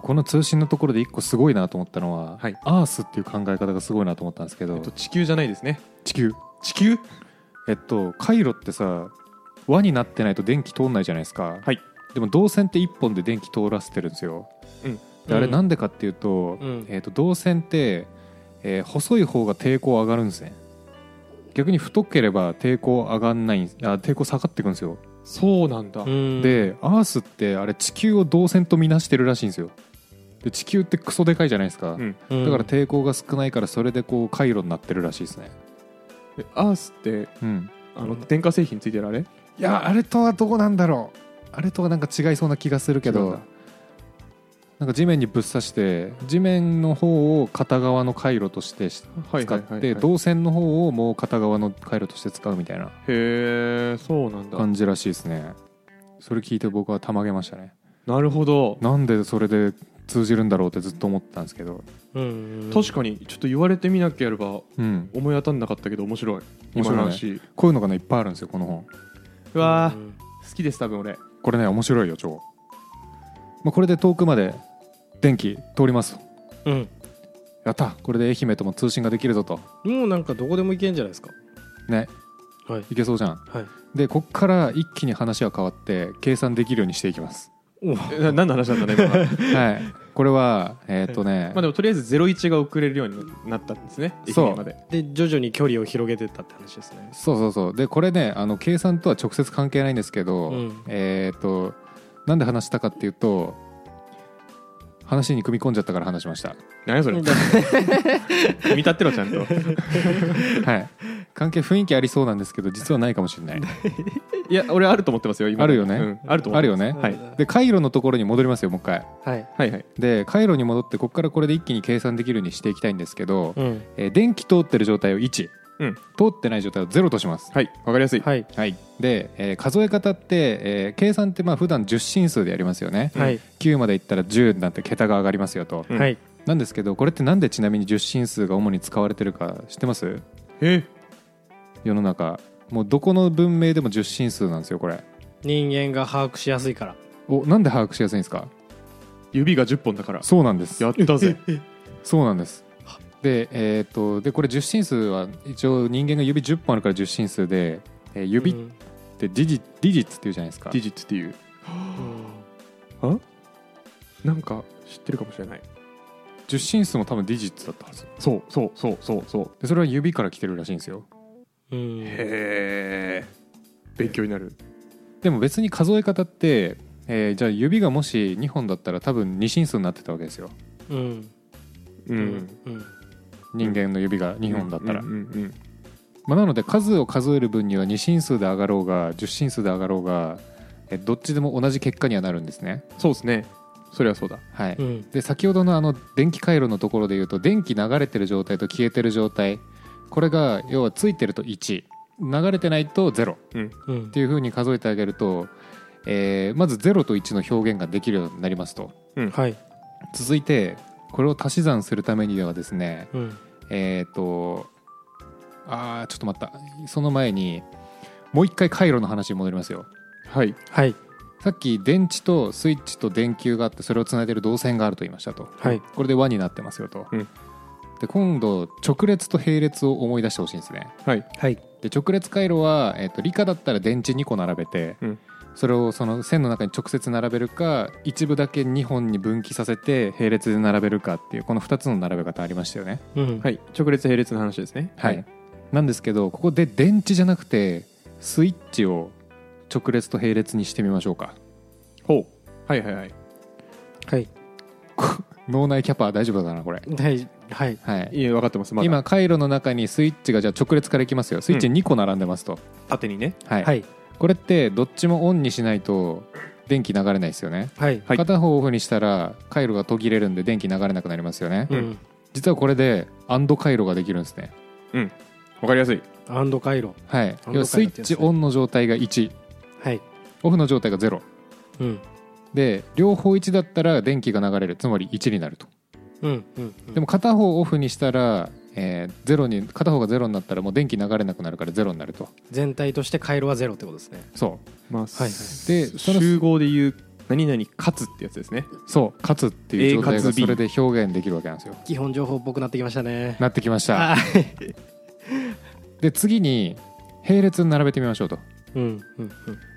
Speaker 1: この通信のところで一個すごいなと思ったのは、
Speaker 2: はい
Speaker 1: アースっていう考え方がすごいなと思ったんですけど、
Speaker 2: えっと地球じゃないですね
Speaker 1: 地球
Speaker 2: 地球
Speaker 1: えっと回路ってさ輪になってないと電気通んないじゃないですか、
Speaker 2: はい
Speaker 1: でも導線って1本で電気通らせてるんですよ、
Speaker 2: うん
Speaker 1: であれ
Speaker 3: うん
Speaker 1: なんでかっていうと,、
Speaker 3: うん
Speaker 1: えっと導線って、えー細い方が抵抗上がるんですね逆に太ければ抵抗上がんないんあ抵抗下がっていくんですよ、
Speaker 2: そうなんだ
Speaker 3: うん
Speaker 1: でアースってあれ地球を導線とみなしてるらしいんですよで地球ってクソでかいじゃないですか、
Speaker 2: うん
Speaker 3: うん
Speaker 1: だから抵抗が少ないからそれでこう回路になってるらしいですね、
Speaker 2: えアースって
Speaker 1: うん、
Speaker 2: あの電化製品ついてるあれ
Speaker 1: いやあれとはどうなんだろうあれとはなんか違いそうな気がするけ
Speaker 2: 違うん
Speaker 1: ど
Speaker 2: だ
Speaker 1: なんか地面にぶっ刺して地面の方を片側の回路としてし
Speaker 2: は
Speaker 1: 使
Speaker 2: いはいはい
Speaker 1: っ
Speaker 2: はい
Speaker 1: て導線の方をもう片側の回路として使うみたいな
Speaker 2: へえそうなんだ
Speaker 1: 感じらしいですねそれ聞いて僕はたまげましたね
Speaker 2: なるほど
Speaker 1: なんでそれで通じるんだろうってずっと思ってたんですけど
Speaker 3: うん
Speaker 2: 確かにちょっと言われてみなきゃやれば
Speaker 1: うん
Speaker 2: 思い当たんなかったけど面白い
Speaker 1: 面白いね
Speaker 2: 今の話
Speaker 1: こういうのがねいっぱいあるんですよこの本
Speaker 2: うわ
Speaker 3: う
Speaker 2: ー
Speaker 3: ん
Speaker 2: 好きです多分俺
Speaker 1: これね面白いよ超、まあ、これで遠くまで電気通ります
Speaker 3: うん
Speaker 1: やったこれで愛媛とも通信ができるぞと
Speaker 3: もうなんかどこでも行けんじゃないですか
Speaker 1: ね
Speaker 3: はい
Speaker 1: いけそうじゃん
Speaker 3: はい
Speaker 1: でこっから一気に話は変わって計算できるようにしていき ます
Speaker 3: お
Speaker 2: えな何の話だったね今
Speaker 1: はいこれはえーっとね、
Speaker 2: まあでもとりあえず01が送れるようになったんですね
Speaker 1: そう
Speaker 2: 愛媛まで
Speaker 3: で徐々に距離を広げてったって話ですね
Speaker 1: そうそうそうでこれねあの計算とは直接関係ないんですけど、
Speaker 3: うん
Speaker 1: えーっとなんで話したかっていうと話に組み込んじゃったから話しました
Speaker 2: 何や それ組み立ってろちゃんと
Speaker 1: はい関係雰囲気ありそうなんですけど実はないかもしれない
Speaker 2: いや俺あると思ってますよ今
Speaker 1: あるよね
Speaker 2: うんあると思
Speaker 1: あ
Speaker 2: って
Speaker 1: る
Speaker 2: ま
Speaker 1: よね、
Speaker 2: はい
Speaker 1: で回路のところに戻りますよもう一回
Speaker 3: はい
Speaker 2: すはいはい
Speaker 1: で回路に戻ってここからこれで一気に計算できるようにしていきたいんですけど、
Speaker 3: うん
Speaker 1: えー電気通ってる状態を1、
Speaker 2: うん
Speaker 1: 通ってない状態を0とします、
Speaker 2: はいわかりやすい
Speaker 3: はい
Speaker 1: はいで、えー数え方って、えー計算ってまあ普段10進数でやりますよね、
Speaker 3: はい
Speaker 1: 9までいったら10になって桁が上がりますよと、
Speaker 2: うん
Speaker 3: はい
Speaker 1: なんですけどこれってなんでちなみに10進数が主に使われてるか知ってます
Speaker 2: え
Speaker 1: 世の中もうどこの文明でも10進数なんですよこれ
Speaker 3: 人間が把握しやすいから
Speaker 1: おなんで把握しやすいんですか
Speaker 2: 指が10本だから
Speaker 1: そうなんです
Speaker 2: やったぜ
Speaker 1: そうなんです。で、えーっとでこれ10進数は一応人間が指10本あるから10進数で、えー指っ
Speaker 3: うん
Speaker 1: てディジディジッツっていうじゃないですか
Speaker 2: 事。実ってい
Speaker 3: う
Speaker 2: う
Speaker 3: ん
Speaker 2: なんか知ってるかもしれない
Speaker 1: 10進数も多分ディジッツだったはず。
Speaker 2: そうそうそうそうそう
Speaker 1: でそれは指から来てるらしいんですよ。
Speaker 3: うん
Speaker 2: へえ勉強になる
Speaker 1: でも別に数え方って、えーじゃあ指がもし2本だったら多分2進数になってたわけですよ。
Speaker 3: うんう
Speaker 2: う
Speaker 3: んうん
Speaker 1: 人間の指が2本だったら。
Speaker 2: うんうん
Speaker 1: まあ、なので数を数える分には2進数で上がろうが10進数で上がろうが、えーどっちでも同じ結果にはなるんですね。
Speaker 2: そうですねそれはそうだ
Speaker 1: はい、
Speaker 3: うん
Speaker 1: で先ほどのあの電気回路のところで言うと電気流れてる状態と消えてる状態これが要はついてると1流れてないとゼロ
Speaker 2: うん
Speaker 3: うん
Speaker 1: っていうふうに数えてあげると、えーまず0と1の表現ができるようになりますと
Speaker 3: はい
Speaker 1: 続いてこれを足し算するためにはですね
Speaker 3: うん
Speaker 1: えっ、とあーちょっと待ったその前にもう一回回路の話に戻りますよ
Speaker 2: はい
Speaker 3: はい
Speaker 1: さっき電池とスイッチと電球があってそれをつないでる導線があると言いましたと、
Speaker 3: はい
Speaker 1: これで輪になってますよと、
Speaker 2: うん
Speaker 1: で今度直列と並列を思い出してほしいんですね
Speaker 2: はい
Speaker 3: はい
Speaker 1: で直列回路は、えー、と理科だったら電池2個並べて、
Speaker 2: うん
Speaker 1: それをその線の中に直接並べるか一部だけ2本に分岐させて並列で並べるかっていうこの2つの並べ方ありましたよね
Speaker 3: うん
Speaker 2: はい直列並列の話ですね
Speaker 1: はい、なんですけどここで電池じゃなくてスイッチを直列と並列にしてみましょうか
Speaker 2: ほうはいはいはい
Speaker 3: はい
Speaker 1: 脳内キャパ大丈夫だなこれ
Speaker 3: はいはい
Speaker 1: はい
Speaker 2: いや分かってますまだ
Speaker 1: 今回路の中にスイッチがじゃあ直列からいきますよスイッチ
Speaker 2: う
Speaker 1: 2個並んでますと、
Speaker 2: 縦にね
Speaker 1: はい
Speaker 3: はい
Speaker 1: これってどっちもオンにしないと電気流れないですよね
Speaker 3: はい
Speaker 2: はい
Speaker 1: 片方オフにしたら回路が途切れるんで電気流れなくなりますよね、
Speaker 3: うん
Speaker 1: 実はこれでアンド回路ができるんですね
Speaker 2: わかりやすい
Speaker 3: アンド回路
Speaker 1: はい
Speaker 3: 回
Speaker 1: 要は
Speaker 3: 路
Speaker 1: スイ
Speaker 3: ってやつ
Speaker 1: ッチオンの状態が1
Speaker 3: はい
Speaker 1: オフの状態が0
Speaker 3: うん
Speaker 1: で両方1だったら電気が流れるつまり1になると
Speaker 3: うんうんうん
Speaker 1: でも片方オフにしたら、えー、0に片方が0になったらもう電気流れなくなるから0になると
Speaker 3: 全体として回路はゼロってことですね
Speaker 1: そ
Speaker 2: まあ、
Speaker 3: はい
Speaker 1: で
Speaker 2: で
Speaker 1: その
Speaker 2: 集合で言う何々勝つってやつですね
Speaker 1: うそう勝つっていう状態
Speaker 2: A
Speaker 1: が
Speaker 2: 勝つ B
Speaker 1: それで表現できるわけなんですよ
Speaker 3: 基本情報っぽくなってきましたね
Speaker 1: なってきました
Speaker 3: あー
Speaker 1: で次に並列に並べてみましょうと
Speaker 3: うんうん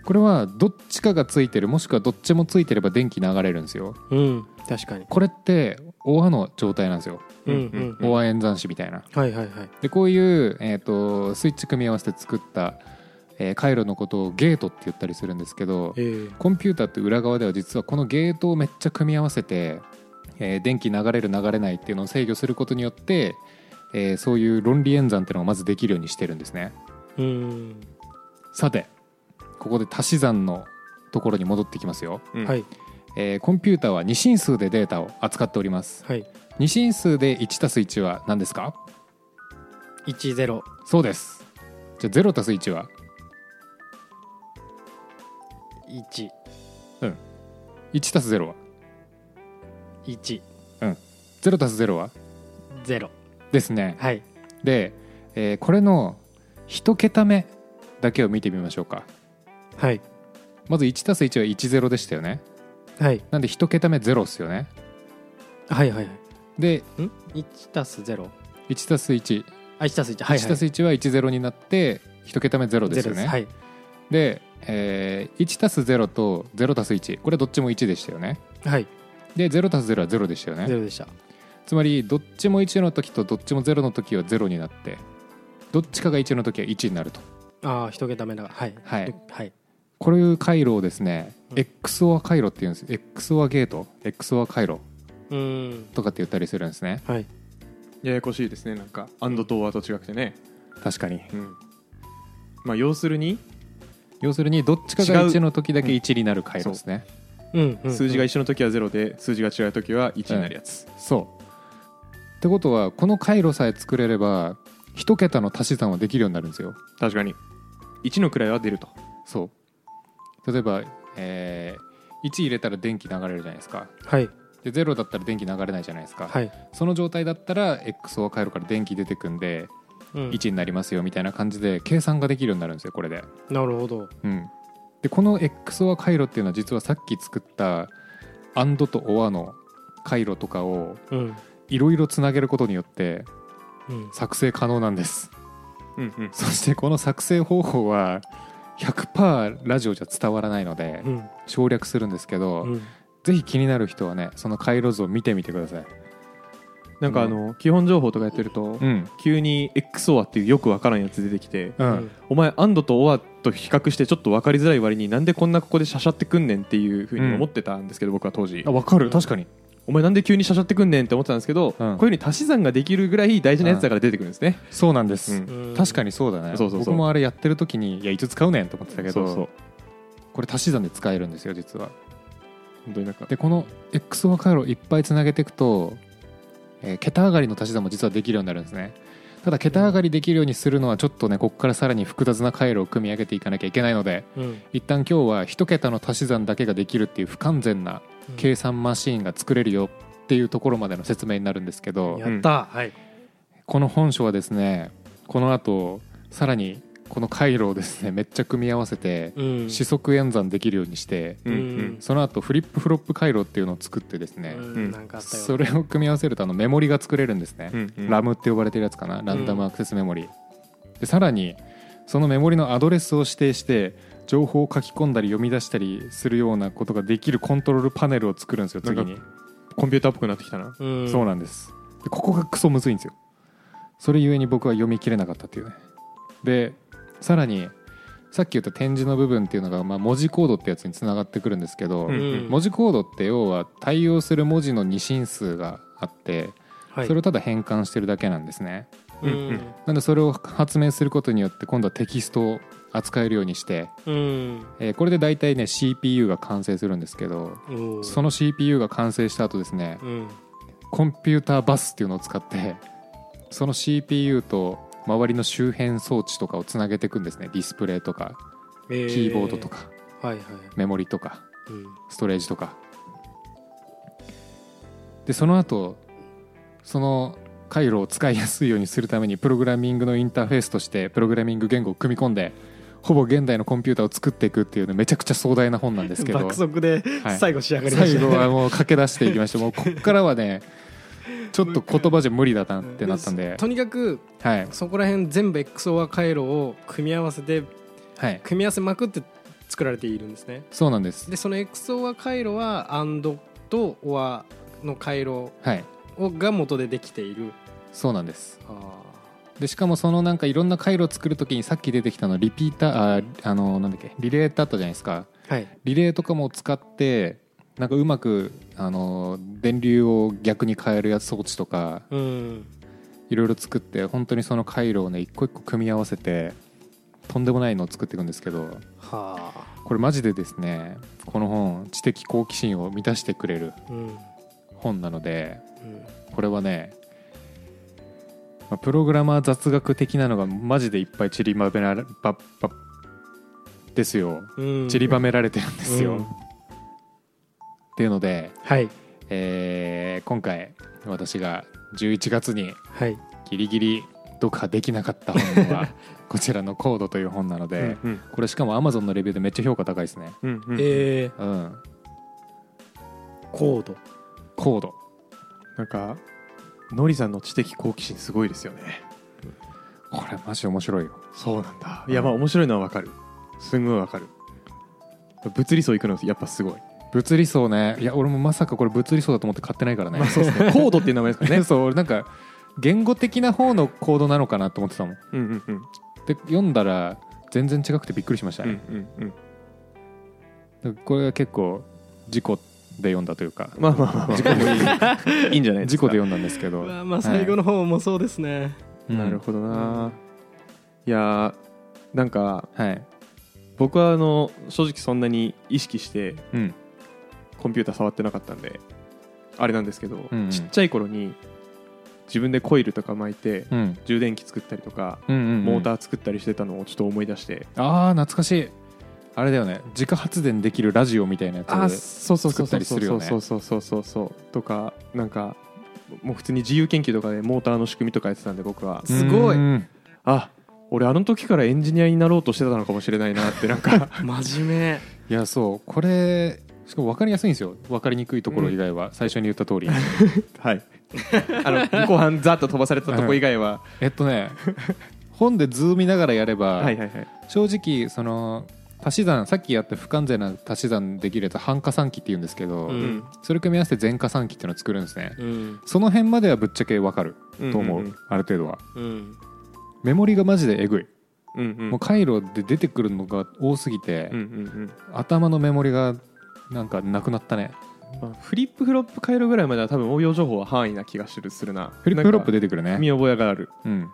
Speaker 1: これはどっちかがついてるもしくはどっちもついてれば電気流れるんですよ
Speaker 3: うんうん確かに
Speaker 1: これって大和の状態なんですよ
Speaker 3: うんう
Speaker 2: う
Speaker 3: ん
Speaker 2: ん
Speaker 1: 大和演算子みたいな
Speaker 3: はいはいはい
Speaker 1: でこういう、えー、とスイッチ組み合わせて作った、えー回路のことをゲートって言ったりするんですけど
Speaker 3: えー
Speaker 1: コンピューターって裏側では実はこのゲートをめっちゃ組み合わせて、えー電気流れる流れないっていうのを制御することによって、えーそういう論理演算っていうのをまずできるようにしてるんですね
Speaker 3: うん
Speaker 1: さてここで足し算のところに戻ってきますよ、
Speaker 2: うん
Speaker 3: はい
Speaker 1: えーコンピューターは二進数でデータを扱っております
Speaker 3: はい
Speaker 1: 二進数で 1+1 は何ですか
Speaker 3: 一ゼロ
Speaker 1: そうですじゃあ 0+1 は
Speaker 3: 一
Speaker 1: 1+0 は
Speaker 3: 一
Speaker 1: 0+0 は
Speaker 3: ゼロ
Speaker 1: ですね
Speaker 3: はい
Speaker 1: で、えーこれの1桁目だけを見てみましょうか
Speaker 3: はい
Speaker 1: まず 1+1 は10でしたよね
Speaker 3: はい
Speaker 1: なんで1桁目0っすよね
Speaker 3: はいはいは
Speaker 1: で
Speaker 3: いん一足すゼロ
Speaker 1: 1+1
Speaker 3: あ一足す一はいはい
Speaker 1: 1+1 は10になって1桁目0ですよね
Speaker 3: ゼロはい
Speaker 1: で、えー、1+0 と 0+1 これどっちも1でしたよね
Speaker 3: はい
Speaker 1: で 0+0 は0でしたよ
Speaker 3: ゼ
Speaker 1: ね
Speaker 3: ロでした
Speaker 1: つまりどっちも1の時とどっちも0の時は0になってどっちかが1の時は1になると
Speaker 3: ああ一桁目だがはい
Speaker 1: はい
Speaker 3: ではい
Speaker 1: こういう回路をですね
Speaker 3: うん
Speaker 1: XOR 回路っていうんです XOR ゲート XOR 回路
Speaker 3: うーん
Speaker 1: とかって言ったりするんですね
Speaker 3: はい
Speaker 2: ややこしいですねなんかアンドとはと違くてね
Speaker 1: 確かに
Speaker 2: うんまあ要するに
Speaker 1: 要するにどっちかが1の時だけ1になる回路ですね
Speaker 3: うんうんうん
Speaker 2: 数字が一緒の時は0で数字が違う時は1になるやつ、
Speaker 1: そうってことはこの回路さえ作れれば1桁の足し算はできるようになるんですよ
Speaker 2: 確かに1の位は出ると
Speaker 1: そう例えば、えー1入れたら電気流れるじゃないですか
Speaker 3: はい
Speaker 1: で0だったら電気流れないじゃないですか、
Speaker 3: はい
Speaker 1: その状態だったら XO 回路から電気出てくんで
Speaker 3: うん
Speaker 1: 1になりますよみたいな感じで計算ができるようになるんですよこれで、
Speaker 3: なるほど
Speaker 1: うん、でこの XO 回路っていうのは実はさっき作った「AND」と「OR」の回路とかを
Speaker 3: うん
Speaker 1: いろいろつなげることによって
Speaker 3: うん
Speaker 1: 作成可能なんです
Speaker 2: うんうん
Speaker 1: そしてこの作成方法は100%ラジオじゃ伝わらないので
Speaker 3: うん
Speaker 1: 省略するんですけど、
Speaker 3: うん
Speaker 1: ぜひ気になる人はねその回路図を見てみてください、
Speaker 2: なんかあの基本情報とかやってると、
Speaker 1: うん
Speaker 2: 急に XOR っていうよくわからんやつ出てきて
Speaker 1: うん
Speaker 3: うん
Speaker 2: お前アンドと OR と比較してちょっと分かりづらい割になんでこんなここでしゃしゃってくんねんっていうふうに思ってたんですけど、僕は当時
Speaker 1: あ分かる確かに
Speaker 2: お前なんで急にしゃしゃってくんねんって思ってたんですけど、
Speaker 1: うん
Speaker 2: こういうふうに足し算ができるぐらい大事なやつだから出てくるんですね、
Speaker 1: そうなんです、
Speaker 2: うん
Speaker 3: うん
Speaker 1: 確かにそうだね
Speaker 2: そうそうそう
Speaker 1: 僕もあれやってる時にいやいつ使うねんと思ってたけど
Speaker 2: そうそう
Speaker 1: これ足し算で使えるんですよ実は
Speaker 2: 本当になんか
Speaker 1: でこの XO 回路いっぱいつなげていくと、えー桁上がりの足し算も実はできるようになるんですねただ桁上がりできるようにするのはちょっとねここからさらに複雑な回路を組み上げていかなきゃいけないので
Speaker 3: うん
Speaker 1: 一旦今日は一桁の足し算だけができるっていう不完全な計算マシーンが作れるよっていうところまでの説明になるんですけど
Speaker 3: やった、はい
Speaker 1: この本書はですねこの後さらにこの回路をですねめっ ちゃ組み合わせて
Speaker 3: うん
Speaker 1: 四則演算できるようにして
Speaker 2: うん
Speaker 1: その後フリップフロップ回路っていうのを作ってですね
Speaker 3: うんなんかあったよ
Speaker 1: それを組み合わせるとあのメモリが作れるんですね、
Speaker 2: うんうん
Speaker 1: ラムって呼ばれてるやつかなランダムアクセスメモリ、でさらにそのメモリのアドレスを指定して情報を書き込んだり読み出したりするようなことができるコントロールパネルを作るんですよ次
Speaker 2: な
Speaker 1: に
Speaker 2: ん、コンピューターっぽくなってきたな
Speaker 3: うん
Speaker 1: そうなんですでここがクソむずいんですよそれゆえに僕は読み切れなかったっていうねでさらにさっき言った点字の部分っていうのが、まあ、文字コードってやつにつながってくるんですけど、
Speaker 2: うん
Speaker 1: 文字コードって要は対応する文字の二進数があって、
Speaker 3: はい
Speaker 1: それをただ変換してるだけなんですね
Speaker 3: うん
Speaker 1: なのでそれを発明することによって今度はテキストを扱えるようにして、
Speaker 3: うん
Speaker 1: えーこれで大体ね CPU が完成するんですけど
Speaker 3: うん
Speaker 1: その CPU が完成した後ですね
Speaker 3: うん
Speaker 1: コンピューターバスっていうのを使ってその CPU と周りの周辺装置とかをつなげていくんですねディスプレイとか
Speaker 3: キ
Speaker 1: キーボードとか
Speaker 3: はいはい
Speaker 1: メモリとか
Speaker 3: うん
Speaker 1: ストレージとかでその後その回路を使いやすいようにするためにプログラミングのインターフェースとしてプログラミング言語を組み込んでほぼ現代のコンピューターを作っていくっていうねめちゃくちゃ壮大な本なんですけど
Speaker 3: 爆速で
Speaker 1: はい
Speaker 3: 最後仕上がりま
Speaker 1: 最
Speaker 3: した
Speaker 1: 後
Speaker 3: ね
Speaker 1: はもう駆け出していきましてもうこっからはねちょっと言葉じゃ無理だなってなったんで
Speaker 3: とにかく
Speaker 1: はい
Speaker 3: そこら辺全部 XOR 回路を組み合わせて
Speaker 1: はい
Speaker 3: 組み合わせまくって作られているんですね
Speaker 1: そうなんです
Speaker 3: でその XOR 回路は AND と OR の回路
Speaker 1: はい
Speaker 3: をが元でできている
Speaker 1: そうなんです
Speaker 3: あ
Speaker 1: でしかもそのなんかいろんな回路を作るときにさっき出てきたのリピーターああのなんだっけリレーってあったじゃないですか
Speaker 3: ーはい
Speaker 1: リレーとかも使ってなんかうまくあの電流を逆に変えるやつ装置とか
Speaker 3: うん
Speaker 1: いろいろ作って本当にその回路をね一個一個組み合わせてとんでもないのを作っていくんですけど
Speaker 3: はあ
Speaker 1: これマジでですねこの本知的好奇心を満たしてくれる
Speaker 3: うんうん
Speaker 1: 本なのでこれはねまあプログラマー雑学的なのがマジでいっぱいちりばめらればばですよ
Speaker 3: うん
Speaker 1: ちりばめられてるんですよ、
Speaker 3: うん
Speaker 1: っていうので
Speaker 3: はい
Speaker 1: えー今回私が11月に
Speaker 3: はい
Speaker 1: ギリギリ読破できなかった本はこちらの「コード」という本なので、
Speaker 2: うん
Speaker 1: これしかも Amazon のレビューでめっちゃ評価高いですね
Speaker 2: うんうん
Speaker 3: えー
Speaker 1: うん
Speaker 3: コード
Speaker 1: コード
Speaker 2: なんかのりさんの知的好奇心すごいですよね
Speaker 1: これマジ面白いよ
Speaker 2: そうなんだいやまあ面白いのはわかるすんごいわかる物理層行くのやっぱすごい、
Speaker 1: 物理層ねいや俺もまさかこれ物理層だと思って買ってないからね、
Speaker 2: まあそうですねコードっていう名前ですから ね
Speaker 1: そう俺なんか言語的な方のコードなのかなと思ってたもん
Speaker 2: うんうんうん
Speaker 1: で読んだら全然違くてびっくりしました
Speaker 2: うん
Speaker 1: ね、
Speaker 2: うんうん
Speaker 1: だからこれは結構事故で読んだというか
Speaker 2: まあまあまあ、まあ、事故も いいいいんじゃないで
Speaker 1: 事
Speaker 2: すか
Speaker 1: 故で読んだんですけど
Speaker 3: うわまあ最後の方もそうですね
Speaker 1: うん
Speaker 2: なるほどな、いやーなんか
Speaker 1: はい
Speaker 2: 僕はあの正直そんなに意識して
Speaker 1: うん
Speaker 2: コンピューター触ってなかったんであれなんですけど、
Speaker 1: うんうん
Speaker 2: ちっちゃい頃に自分でコイルとか巻いて
Speaker 1: うん
Speaker 2: 充電器作ったりとか、
Speaker 1: うんうんうん
Speaker 2: モーター作ったりしてたのをちょっと思い出して、
Speaker 1: ああ懐かしいあれだよね自家発電できるラジオみたいなやつ
Speaker 2: あそうそうそう
Speaker 1: 作った
Speaker 2: そ
Speaker 1: りす
Speaker 2: うそう
Speaker 1: る
Speaker 2: そ
Speaker 1: よ
Speaker 2: う
Speaker 1: ね
Speaker 2: そうそうそうそうとかなんかもう普通に自由研究とかでモーターの仕組みとかやってたんで僕は
Speaker 1: うん
Speaker 3: すごい
Speaker 1: うん
Speaker 2: あ俺あの時からエンジニアになろうとしてたのかもしれないなってなんか
Speaker 3: 真面
Speaker 1: いやそうこれしかも分かりやすいんですよ分かりにくいところ以外は、最初に言った通 り
Speaker 2: はいあの後半ざっと飛ばされたとこ以外は、
Speaker 1: えっとね本で図見ながらやれば、
Speaker 2: はいはいはい
Speaker 1: 正直その足し算さっきやった不完全な足し算できるやつ半加算機っていうんですけど、
Speaker 3: うん
Speaker 1: それ組み合わせて全加算機っていうのを作るんですね、
Speaker 3: 目うん
Speaker 1: その辺まではぶっちゃけ分かる
Speaker 2: うん
Speaker 1: と思う,、ある程度は
Speaker 3: うん
Speaker 1: メモリがマジでえぐい、
Speaker 2: うんうん
Speaker 1: もう回路で出てくるのが多すぎて、
Speaker 2: うんうん
Speaker 1: 頭のメモリがなんかなくなったね
Speaker 2: うんまあフリップフロップ回路ぐらいまでは多分応用情報は範囲な気がするするな
Speaker 1: フリップフロップ
Speaker 2: で
Speaker 1: 出てくるね
Speaker 2: 見覚えがある
Speaker 1: うん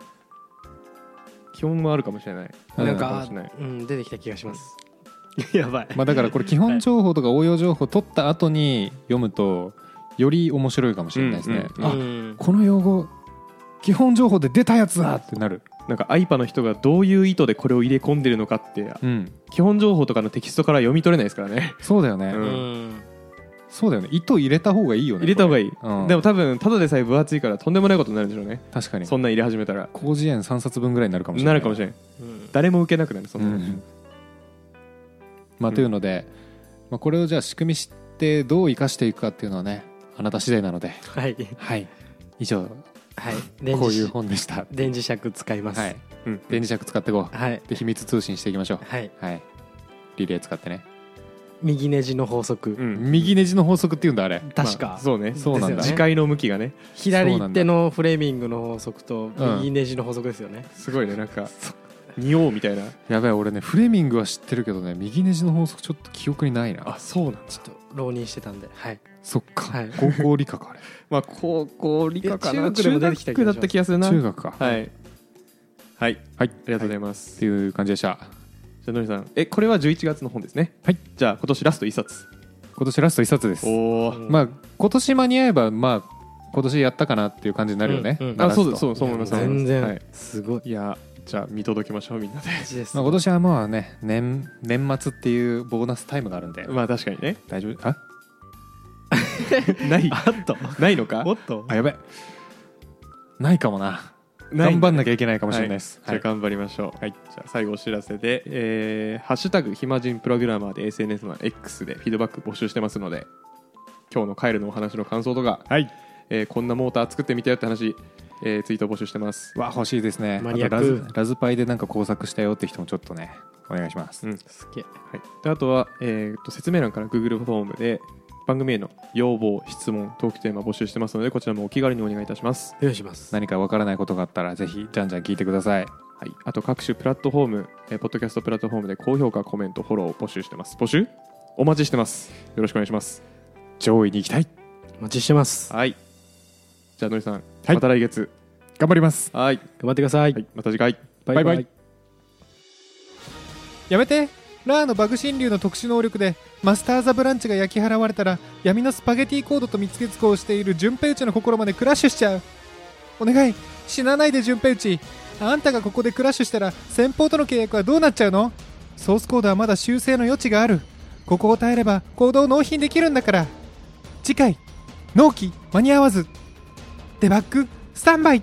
Speaker 2: 基本もあるかもしれない
Speaker 1: うん
Speaker 3: なん
Speaker 2: かも
Speaker 3: か
Speaker 2: しれない、
Speaker 3: うん、出てきた気がします。 やばい。
Speaker 1: まあ、だからこれ基本情報とか応用情報取った後に読むとより面白いかもしれないですね、
Speaker 2: うん
Speaker 1: あ
Speaker 3: うん
Speaker 1: この用語基本情報で出たやつだってなる
Speaker 2: なんか IPA の人がどういう意図でこれを入れ込んでるのかって
Speaker 1: うん
Speaker 2: 基本情報とかのテキストから読み取れないですからね
Speaker 1: そうだよね、
Speaker 2: うん
Speaker 3: うん
Speaker 1: そうだよね糸入れた方がいいよね
Speaker 2: 入れた方が
Speaker 1: いい
Speaker 2: いい、
Speaker 1: うん
Speaker 2: でも多分ただでさえ分厚いからとんでもないことになるんでしょうね
Speaker 1: 確かに
Speaker 2: そんなん入れ始めたら
Speaker 1: 広辞苑3冊分ぐらいになるかもしれな
Speaker 2: ないるかもしれん
Speaker 3: うん
Speaker 2: 誰も受けなくなるそん
Speaker 1: う
Speaker 2: な、
Speaker 1: んまあ、
Speaker 2: うん
Speaker 1: というので、まあ、これをじゃあ仕組み知ってどう生かしていくかっていうのはねあなた次第なので
Speaker 3: はい
Speaker 1: はい以上
Speaker 3: はい
Speaker 1: こう
Speaker 3: 電
Speaker 1: いう
Speaker 3: 磁
Speaker 1: 本でした
Speaker 3: 電磁石使います
Speaker 1: はい
Speaker 2: うん
Speaker 1: 電磁石使っていこ
Speaker 3: はいう
Speaker 1: で秘密通信していきましょ
Speaker 3: はい、
Speaker 1: うはいリレー使ってね
Speaker 3: 右ネジの法則、
Speaker 2: うん
Speaker 1: 右ネジの法則っていうんだあれ
Speaker 3: 確か、
Speaker 2: まあそうね
Speaker 1: そうなんだ
Speaker 3: です
Speaker 2: 視
Speaker 3: よね
Speaker 2: 界の向きがね
Speaker 1: そう
Speaker 3: 左
Speaker 1: なん
Speaker 3: 手
Speaker 1: だ
Speaker 3: のフレーミングの法則と
Speaker 1: うん
Speaker 3: 右ネジの法則ですよね、
Speaker 2: すごいねなん か匂おうみたいな
Speaker 1: やばい俺ねフレミングは知ってるけどね右ネジの法則ちょっと記憶にないな
Speaker 2: そうなんだ
Speaker 3: ちょっと浪人してたんではい
Speaker 1: そっか、
Speaker 3: はい
Speaker 1: 高校理科かあれ
Speaker 2: まあ高校理科かな
Speaker 3: え中学でも出てきた気
Speaker 2: 中
Speaker 3: がします
Speaker 2: 学だった気がするな
Speaker 1: 中学かはい、
Speaker 2: はいはい
Speaker 1: はい、
Speaker 2: ありがとうござい
Speaker 1: ま
Speaker 2: ます、
Speaker 1: っていう感じでした
Speaker 2: じゃあのりさんえこれは11月の本ですね
Speaker 1: はい
Speaker 2: じゃあ今年ラスト1冊
Speaker 1: 今年ラスト1冊です
Speaker 2: お
Speaker 3: うん
Speaker 1: まあ今年間に合えばまあ今年やったかなっていう感じになるよね、
Speaker 3: うんうん
Speaker 1: 鳴ら
Speaker 2: あ
Speaker 1: すと
Speaker 2: そうですそうそう思います
Speaker 3: いや全
Speaker 2: は
Speaker 3: 然
Speaker 2: い
Speaker 3: すごい
Speaker 2: いやじゃあ見届けましょうみんなで
Speaker 3: マジです
Speaker 1: まあ、今年はまあね年年末っていうボーナスタイムがあるんで、
Speaker 2: まあ確かにね
Speaker 1: 大丈夫あ
Speaker 2: ない
Speaker 3: あっと
Speaker 2: ないのか
Speaker 3: おっと
Speaker 1: あやべないかもな
Speaker 2: ない
Speaker 1: 頑張んなきゃいけないかもしれないです、
Speaker 2: じゃあ頑張りましょう、
Speaker 1: はい
Speaker 2: じゃあ最後お知らせで「えーハッシュタグ暇人プログラマー」で SNS の X でフィードバック募集してますので今日のカエルのお話の感想とか、
Speaker 1: はい
Speaker 2: えーこんなモーター作ってみたよって話、えーツイート募集してます
Speaker 1: わ欲しいですね
Speaker 3: マニアック
Speaker 1: あとラズラズパイでなんか工作したよって人もちょっとねお願いします、
Speaker 2: うん
Speaker 3: すげえ
Speaker 2: はい、であとは、えー、と説明欄から Google フォームで番組への要望、質問、トークテーマ募集してますのでこちらもお気軽にお願いいたします、
Speaker 3: お願いします
Speaker 1: 何かわからないことがあったらぜひじゃんじゃん聞いてください
Speaker 2: はい、あと各種プラットフォーム、えーポッドキャストプラットフォームで高評価、コメント、フォロー募集してます募集お待ちしてますよろしくお願いします
Speaker 1: 上位に行きたい
Speaker 3: お待ちしてます
Speaker 2: はいじゃあのりさん、
Speaker 1: はい
Speaker 2: また来月
Speaker 1: 頑張ります
Speaker 2: はい、
Speaker 3: 頑張ってください、
Speaker 2: はい、また次回
Speaker 1: バイバイやめてラーのバグ神竜の特殊能力でマスター・ザ・ブランチが焼き払われたら闇のスパゲティコードと見つけずこをしている順平内の心までクラッシュしちゃうお願い死なないで順平内あんたがここでクラッシュしたら先方との契約はどうなっちゃうのソースコードはまだ修正の余地があるここを耐えれば行動を納品できるんだから次回納期間に合わずデバッグスタンバイ